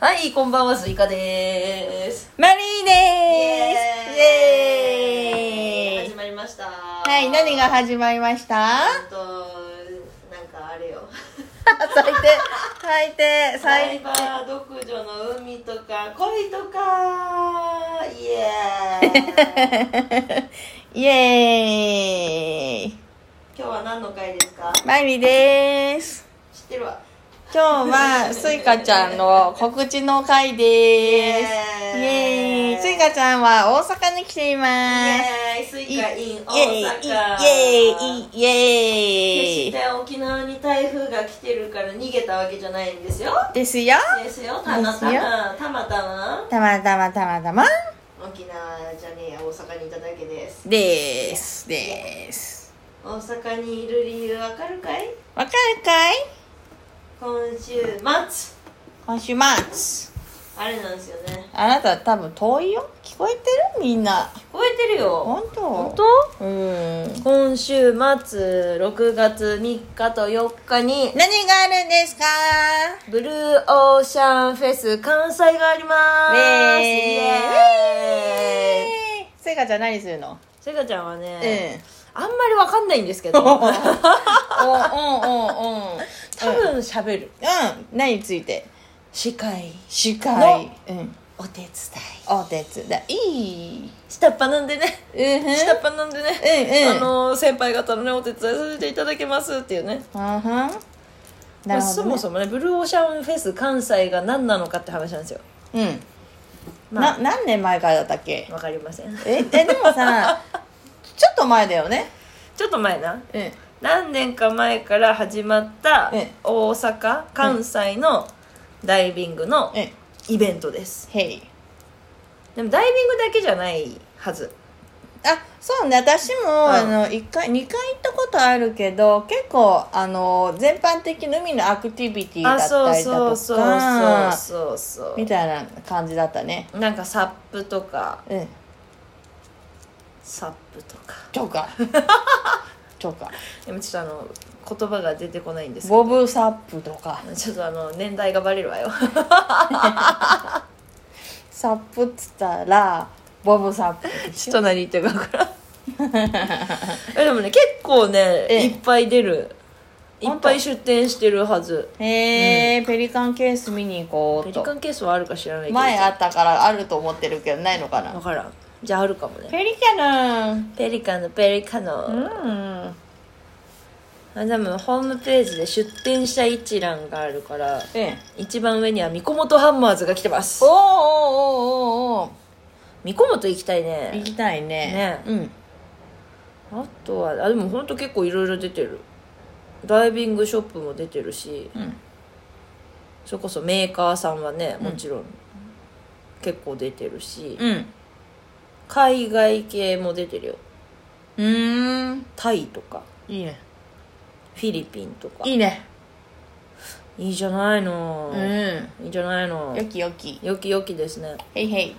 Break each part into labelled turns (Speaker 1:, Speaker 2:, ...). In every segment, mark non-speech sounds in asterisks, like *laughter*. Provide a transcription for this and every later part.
Speaker 1: はい、こんばんは、スイカでーす。
Speaker 2: マリーでーすイエーイ
Speaker 1: 始まりました。
Speaker 2: はい、何が始まりました
Speaker 1: えっと、なんかあれよ。
Speaker 2: 最低、最低、
Speaker 1: サ
Speaker 2: 最
Speaker 1: イバー独女の海とか恋とかイエーイ
Speaker 2: *laughs* 低。イエーイ
Speaker 1: 今日は何の回ですか
Speaker 2: マリーでーす
Speaker 1: 知ってるわ
Speaker 2: 今日は、スイカちゃんの告知の回でーすイエーイスイカちゃんは大阪に来ていま
Speaker 1: イ
Speaker 2: ー
Speaker 1: エーイス
Speaker 2: す
Speaker 1: イカ in
Speaker 2: イエ
Speaker 1: 大
Speaker 2: ー
Speaker 1: 阪
Speaker 2: イイエーイイエーイイエーイ
Speaker 1: 決して沖縄に台風が来てるから逃げたわけじゃないんですよ
Speaker 2: ですよ
Speaker 1: ですよたまた
Speaker 2: ですよ
Speaker 1: またまたま
Speaker 2: たまたまたまたま
Speaker 1: 沖縄じゃねえや大阪にいただけです
Speaker 2: でーすでーす
Speaker 1: 大阪にいる理由わかるかい
Speaker 2: わかるかい
Speaker 1: 今週末
Speaker 2: 今週末
Speaker 1: あれなんですよね
Speaker 2: あなた多分遠いよ聞こえてるみんな
Speaker 1: 聞こえてるよ
Speaker 2: 本当
Speaker 1: 本
Speaker 2: 本
Speaker 1: 当
Speaker 2: 当うん
Speaker 1: 今週末6月3日と4日に
Speaker 2: 何があるんですか
Speaker 1: ブルーオーシャンフェス関西がありま
Speaker 2: ウ
Speaker 1: す
Speaker 2: ェー
Speaker 1: イ
Speaker 2: イ
Speaker 1: エーイ
Speaker 2: せいかちゃん何するの
Speaker 1: せかちゃんは *laughs*
Speaker 2: う
Speaker 1: ね、
Speaker 2: ん
Speaker 1: あんまりわかんないんですけど *laughs* 多
Speaker 2: おうんうんうん
Speaker 1: 分しゃべる
Speaker 2: うん何について
Speaker 1: 司会
Speaker 2: 司会うん
Speaker 1: お手伝い
Speaker 2: お手伝い
Speaker 1: 下っ端なんでね
Speaker 2: うんふん
Speaker 1: 下っ端なんでね
Speaker 2: うんうん
Speaker 1: あの先輩方のねお手伝いさせていただけますっていうね
Speaker 2: うんふん
Speaker 1: ま
Speaker 2: な
Speaker 1: あ
Speaker 2: るほ
Speaker 1: そ
Speaker 2: ど
Speaker 1: も
Speaker 2: ね
Speaker 1: そもねブルーオーシャンフェス関西が何なのかって話なんですよ
Speaker 2: うん
Speaker 1: ま
Speaker 2: な
Speaker 1: あ
Speaker 2: 何年前からだったっけ
Speaker 1: わかりません
Speaker 2: ええでも
Speaker 1: *laughs*
Speaker 2: さちょっと前だよね
Speaker 1: ちょっと前な
Speaker 2: うん
Speaker 1: 何年か前から始まった
Speaker 2: ええ
Speaker 1: 大阪関西のダイビングの
Speaker 2: え
Speaker 1: イベントです
Speaker 2: へい
Speaker 1: でもダイビングだけじゃないはず
Speaker 2: あそうね私も、
Speaker 1: うん
Speaker 2: あの1回2回行ったことあるけど結構あの全般的な海のアクティビティだ
Speaker 1: あ
Speaker 2: っ
Speaker 1: そう
Speaker 2: たり
Speaker 1: そ
Speaker 2: だ
Speaker 1: う
Speaker 2: と
Speaker 1: そう
Speaker 2: か
Speaker 1: そうそうそ
Speaker 2: みたいな感じだったね
Speaker 1: うなんかサップとか
Speaker 2: うん
Speaker 1: サップとか
Speaker 2: ちょか
Speaker 1: *laughs*
Speaker 2: ちょか
Speaker 1: でもちょっとあの言葉が出てこないんですけど
Speaker 2: ボブサップとか
Speaker 1: ちょっとあの年代がバレ
Speaker 2: *laughs*
Speaker 1: るわよ
Speaker 2: サップっつったらボブサップでし
Speaker 1: ちょ
Speaker 2: ょ
Speaker 1: っと何言ってるか分からんえでもね結構ね
Speaker 2: ええ
Speaker 1: いっぱい出るいっ
Speaker 2: 本当
Speaker 1: ぱい出店してるはず
Speaker 2: へえ、ペリカンケース見に行こ
Speaker 1: ペ
Speaker 2: う
Speaker 1: リ
Speaker 2: と
Speaker 1: カンケースはあるか知らないけど
Speaker 2: 前あったからあると思ってるけどないのか
Speaker 1: 分
Speaker 2: な
Speaker 1: からんじゃああるかもね
Speaker 2: ペリカン
Speaker 1: ペリカのペリカの
Speaker 2: うん
Speaker 1: あでもホームページで出店者一覧があるから
Speaker 2: ええ
Speaker 1: 一番上には三コモトハンマーズが来てま
Speaker 2: おーおーおー
Speaker 1: す
Speaker 2: おーお
Speaker 1: 三コモト行きたい
Speaker 2: ー行
Speaker 1: ね
Speaker 2: きたいね
Speaker 1: ね
Speaker 2: うん
Speaker 1: あとはあでもほんと結構いろいろ出てるダイビングショップも出てるし
Speaker 2: うん
Speaker 1: それこそメーカーさんはねもちろん結構出てるし、
Speaker 2: うん
Speaker 1: 海外系も出てるよ
Speaker 2: うーん
Speaker 1: タイとか
Speaker 2: いいね
Speaker 1: フィリピンとか
Speaker 2: いいね
Speaker 1: いいじゃないの、
Speaker 2: う
Speaker 1: いいじゃないの
Speaker 2: んよきよき
Speaker 1: よきよきですね
Speaker 2: へいへい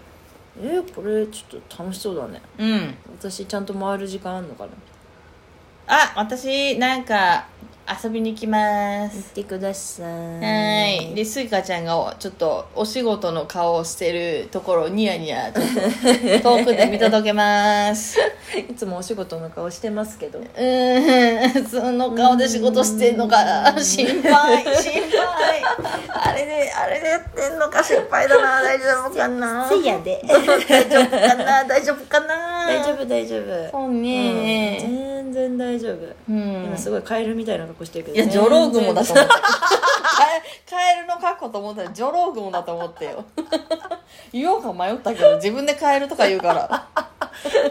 Speaker 1: えー、これちょっと楽しそうだね
Speaker 2: うん
Speaker 1: 私ちゃんと回る時間あんのかな
Speaker 2: あ私なんか遊びに行きま
Speaker 1: 行っ
Speaker 2: す
Speaker 1: てください
Speaker 2: はーいでスイカちゃんがちょっとお仕事の顔をしてるところをニヤニヤちょっと *laughs* 遠くで見届けます
Speaker 1: いつもお仕事の顔してますけど
Speaker 2: うーん *laughs* その顔で仕事してんのか心配 *laughs* 心配あれであれでやってんのか心配だな大丈夫かな
Speaker 1: せやで
Speaker 2: 大丈夫かな大丈夫かな
Speaker 1: 大丈夫大丈夫
Speaker 2: そう
Speaker 1: う
Speaker 2: ね
Speaker 1: ん全然大丈夫、
Speaker 2: うん、
Speaker 1: 今すごいカエルみたいな格好してるけど
Speaker 2: いやジョロウグモだと思
Speaker 1: 全
Speaker 2: った *laughs* カエカエルの格好と思ったらジョロウグモだと思ってよ *laughs* 言おうか迷ったけど自分でカエルとか言う *laughs* から
Speaker 1: 然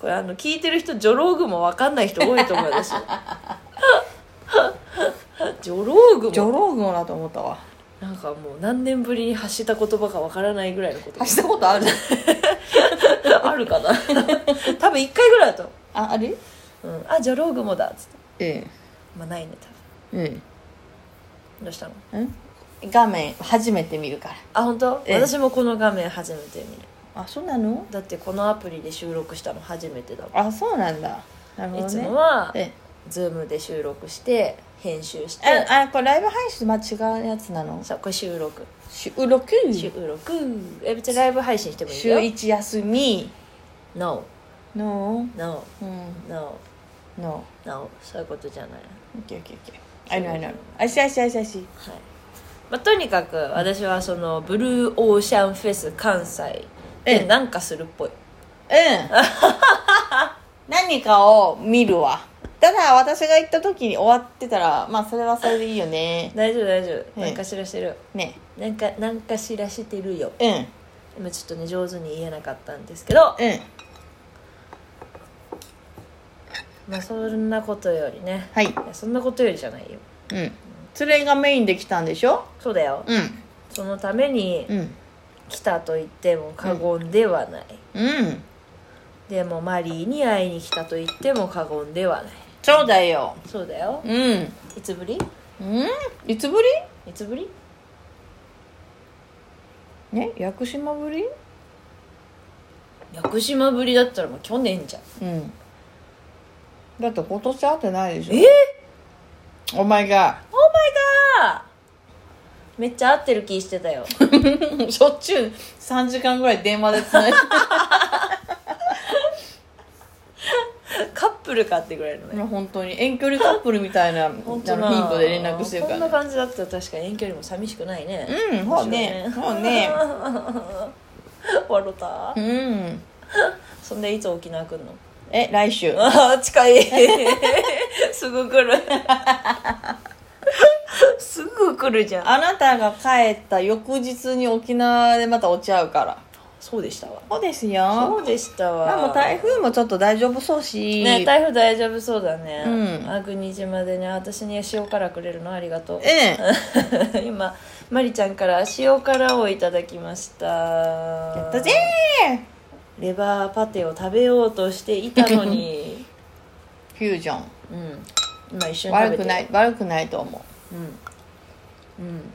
Speaker 1: これあの聞いてる人ジョロウグモわかんない人多いと思う私ジョロウグ
Speaker 2: ジョ
Speaker 1: モ
Speaker 2: ロウグモだと思ったわ
Speaker 1: なんかもう何年ぶりに発した言葉かわからないぐらいのこと
Speaker 2: 走ったことある
Speaker 1: あるかな多分1回ぐらいだと
Speaker 2: ああれ
Speaker 1: 思う、うん、あジョロウグモだっつって
Speaker 2: え
Speaker 1: まあないね
Speaker 2: え
Speaker 1: 多
Speaker 2: うん
Speaker 1: 分どうしたの
Speaker 2: 画面初めて見るから
Speaker 1: あ本当、
Speaker 2: ええ
Speaker 1: 私もこの画面初めて見る
Speaker 2: あそうなの
Speaker 1: だってこのアプリで収録したの初めてだもん
Speaker 2: あそうなんだなるほ
Speaker 1: い
Speaker 2: ど
Speaker 1: つ
Speaker 2: ね
Speaker 1: もは
Speaker 2: え
Speaker 1: Zoom で収録して編集して
Speaker 2: ああこれライブ配信間違うやつなの
Speaker 1: そうこれ収録
Speaker 2: 収録
Speaker 1: 収録え別にライブ配信してもいい
Speaker 2: 週
Speaker 1: よ
Speaker 2: 一休み
Speaker 1: No
Speaker 2: No
Speaker 1: No
Speaker 2: うん
Speaker 1: No
Speaker 2: No
Speaker 1: No そういうことじゃない
Speaker 2: OKOKOK I know I know I see I see I see I see
Speaker 1: はい、まあ、とにかく私はそのブルーオーシャンフェス関西で
Speaker 2: うん
Speaker 1: なんかするっぽい、
Speaker 2: うん *laughs* 何かを見るわただ私が行った時に終わってたらまあそれはそれでいいよね
Speaker 1: 大丈夫大丈
Speaker 2: う
Speaker 1: 夫
Speaker 2: ん
Speaker 1: なんかしらしてる
Speaker 2: ね
Speaker 1: なんかなんかしらしてるよ
Speaker 2: うん
Speaker 1: 今ちょっとね上手に言えなかったんですけど、
Speaker 2: うん
Speaker 1: まあ、そんなことよりね
Speaker 2: はい
Speaker 1: いやそんなことよりじゃないよ
Speaker 2: うんそれがメインで来たんでしょ
Speaker 1: そうだよ
Speaker 2: うん
Speaker 1: そのために
Speaker 2: うん
Speaker 1: 来たと言っても過言ではない、
Speaker 2: うん
Speaker 1: でもマリーに会いに来たと言っても過言ではない
Speaker 2: そうだよ
Speaker 1: そうだよ
Speaker 2: うん
Speaker 1: いつぶり
Speaker 2: うんいつぶり
Speaker 1: いつぶり
Speaker 2: ね屋久島ぶり
Speaker 1: 屋久島ぶりだったらもう去年じゃん
Speaker 2: うんだって今年会ってないでしょ
Speaker 1: え
Speaker 2: お前が
Speaker 1: あーめっちゃ合ってる気してた
Speaker 2: *laughs*
Speaker 1: よ *laughs*
Speaker 2: しょっちゅう3時間ぐらい電話でつない *laughs* で
Speaker 1: カップルかってぐらいのね
Speaker 2: 本当に遠距離カップルみたいなあの
Speaker 1: 本
Speaker 2: 頻
Speaker 1: 当な
Speaker 2: 度で連絡してるか
Speaker 1: こんな
Speaker 2: ら
Speaker 1: 感じだったら確かに遠距離も寂しくないね
Speaker 2: うんほうねほうね *laughs*
Speaker 1: 笑った
Speaker 2: うん
Speaker 1: そんでいつ沖縄来んの *laughs*
Speaker 2: え来週
Speaker 1: ああ
Speaker 2: *laughs*
Speaker 1: 近いすぐ来る *laughs* すぐ来るじゃん
Speaker 2: あなたが帰った翌日に沖縄でまた落ち合うから
Speaker 1: そうでしたわ
Speaker 2: そうですよ
Speaker 1: そうでしたわ
Speaker 2: まあもう台風もちょっと大丈夫そうし
Speaker 1: ね台風大丈夫そうだね
Speaker 2: うん
Speaker 1: あ国島でね私に塩辛くれるのありがとう
Speaker 2: ええ
Speaker 1: *laughs* 今まりちゃんから塩辛をいただきましたや
Speaker 2: やったぜ
Speaker 1: レバーパテを食べようとしていた
Speaker 2: *laughs*
Speaker 1: のに
Speaker 2: ーフュージョン
Speaker 1: うん今一緒に食べ
Speaker 2: 悪
Speaker 1: て
Speaker 2: くない悪くないと思う
Speaker 1: うんうん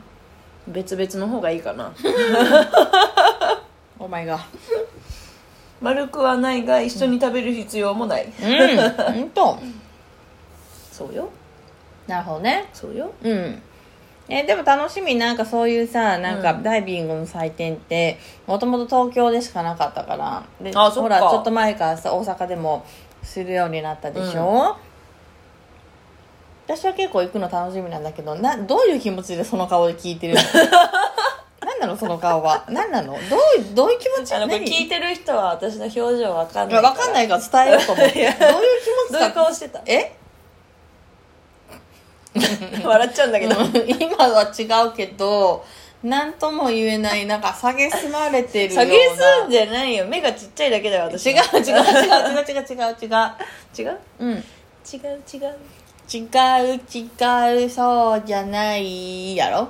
Speaker 1: 別々の方がいいかな
Speaker 2: お前が
Speaker 1: 丸くはないが一緒に食べる必要もない、
Speaker 2: うん
Speaker 1: *laughs*
Speaker 2: 本当
Speaker 1: そうよ
Speaker 2: なるほどね
Speaker 1: そうよ
Speaker 2: うんえでも楽しみなんかそういうさなんか
Speaker 1: うん
Speaker 2: ダイビングの祭典ってもともと東京でしかなかったからで
Speaker 1: あそっか
Speaker 2: ほらちょっと前からさ大阪でもするようになったでしょ、私は結構行くの楽しみなんだけどなどういう気持ちでその顔で聞い
Speaker 1: *laughs*
Speaker 2: てるの何なのその顔は何なのどういうどういう気持ち
Speaker 1: あのこれ
Speaker 2: 何
Speaker 1: 聞いてる人は私の表情わかんない
Speaker 2: わかんないいから伝えようと思って
Speaker 1: *laughs*
Speaker 2: どういう気持ち
Speaker 1: どう
Speaker 2: だ
Speaker 1: いう顔してた
Speaker 2: え
Speaker 1: *laughs* 笑っちゃうんだけど、
Speaker 2: *laughs* 今は違うけど何とも言えないなんか下げすまれてるよ
Speaker 1: 下
Speaker 2: うな
Speaker 1: げすんじゃないよ目がちっちゃいだけだよ私
Speaker 2: 違う違う違う違う違う違う
Speaker 1: 違う
Speaker 2: うん
Speaker 1: 違う違う
Speaker 2: 違う違うそうじゃないやろ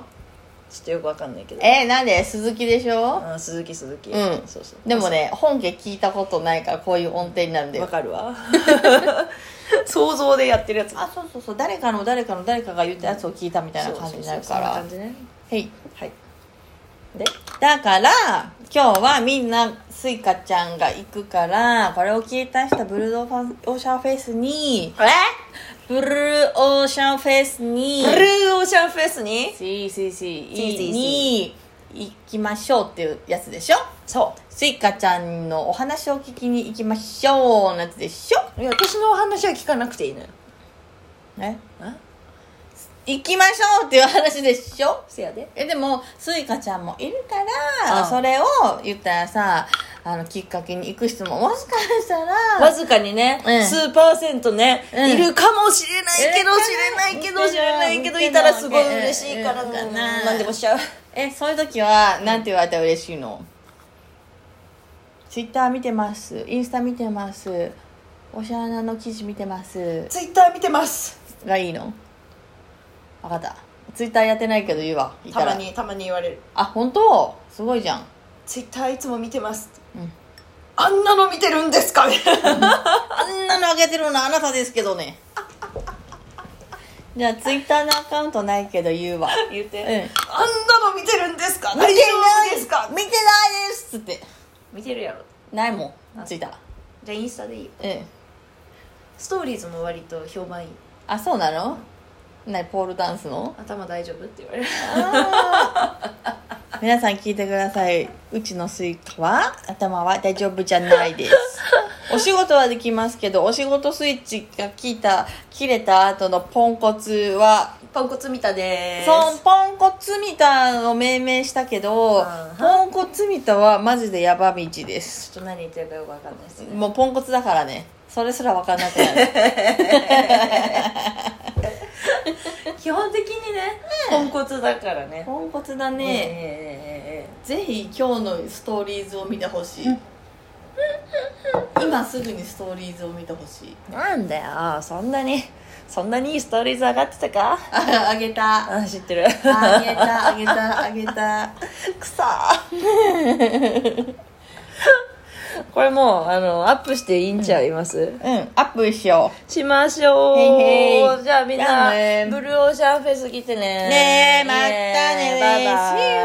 Speaker 1: ちょっとよくわかんないけど
Speaker 2: えなんで鈴木でしょ
Speaker 1: あ鈴木鈴木
Speaker 2: うん
Speaker 1: そうそう
Speaker 2: でもね本家聞いたことないからこういう音程になるんだ
Speaker 1: わ
Speaker 2: よ
Speaker 1: かるわ *laughs* 想像でやってるやつ
Speaker 2: あそうそうそう誰かの誰かの誰かが言ったやつを聞いたみたいな感じになるから
Speaker 1: そうそうそうそんな感じね
Speaker 2: はい
Speaker 1: はいで
Speaker 2: だから今日はみんなスイカちゃんが行くからこれを聞いた人ブルードーファンオーシャンフェイスに
Speaker 1: え
Speaker 2: ブルーオーシャンフェイスに
Speaker 1: ブルーオーシャンフェスに
Speaker 2: シーシーシー
Speaker 1: シーシーシー
Speaker 2: に行きましょうっていうやつでしょ
Speaker 1: そ
Speaker 2: スイカちゃんのお話を聞きに行きましょうのやつでしょ
Speaker 1: ういや私のお話は聞かなくていいのよ
Speaker 2: え
Speaker 1: あ
Speaker 2: 行きましょうっていう話でしょ
Speaker 1: せやで
Speaker 2: えでもスイカちゃんもいるから
Speaker 1: うん
Speaker 2: それを言ったらさあのきっかけに行く人ももしかしたら
Speaker 1: わずかにね、
Speaker 2: うん
Speaker 1: 数パーセントね、
Speaker 2: うん
Speaker 1: いるかもしれないけど、
Speaker 2: いるかな
Speaker 1: 知れないけ
Speaker 2: う
Speaker 1: ど、
Speaker 2: ん
Speaker 1: 知れないけど、
Speaker 2: うん
Speaker 1: いたらすごい嬉しいから
Speaker 2: うん
Speaker 1: な、
Speaker 2: うん
Speaker 1: なんでもしちゃう。
Speaker 2: えそういう時はなんて言われたら嬉しいのツイッター見てますインスタ見てますおしゃれなの記事見てます
Speaker 1: ツイッター見てます。
Speaker 2: がいいの分かったツイッターやってないけど言うわい
Speaker 1: た
Speaker 2: たら
Speaker 1: まに、たまに言われる。
Speaker 2: あ本当すごいじゃん
Speaker 1: ツイッターいつも見てます。
Speaker 2: うん
Speaker 1: あんなの見てるんですかみたいな
Speaker 2: あんなの上げてるのはあなたですけどねじゃあツイッターのアカウントないけど言うわ
Speaker 1: 言って、
Speaker 2: うん
Speaker 1: あんなの見てるんですか
Speaker 2: 見てない
Speaker 1: 大丈夫ですか
Speaker 2: 見てないですっつって
Speaker 1: 見てるやろ。
Speaker 2: ないもんツイッター
Speaker 1: じゃあインスタでいいよ
Speaker 2: うん
Speaker 1: ストーリーズも割と評判いい。
Speaker 2: あそうなのなポールダンスの
Speaker 1: 頭大丈夫って言われる
Speaker 2: 皆さん聞いてくださいうちのスイカは頭は大丈夫じゃないですお仕事はできますけどお仕事スイッチが切た切れた後のポンコツは
Speaker 1: *laughs* ポンコツ見たで
Speaker 2: そうポンコツみたを命名したけど、
Speaker 1: うん
Speaker 2: ポンコツみたはマジでヤバ道です
Speaker 1: ちょっと何言ってるかよくわかんないですね
Speaker 2: もうポンコツだからねそれすら分かんなくなる
Speaker 1: *laughs* 基本的にねポンコツだからね
Speaker 2: ポンコツだ
Speaker 1: ね
Speaker 2: ね、
Speaker 1: え
Speaker 2: *laughs* ぜひ今日のストーリーズを見てほしい今すぐにストーリーズを見てほしい
Speaker 1: なんだよそんなにそんなにいいストーリーズ上がってたか
Speaker 2: ああげた
Speaker 1: あ知ってる
Speaker 2: ああげたあげたあげた
Speaker 1: くそーこれもうあのアップしていいんちゃう、います
Speaker 2: うんアップしよ
Speaker 1: しましょう
Speaker 2: へいへい
Speaker 1: じゃあみん
Speaker 2: じゃあ
Speaker 1: な
Speaker 2: ね
Speaker 1: ブルーオーシャンフェス来てね
Speaker 2: ねえまたね
Speaker 1: イエーイバイバイ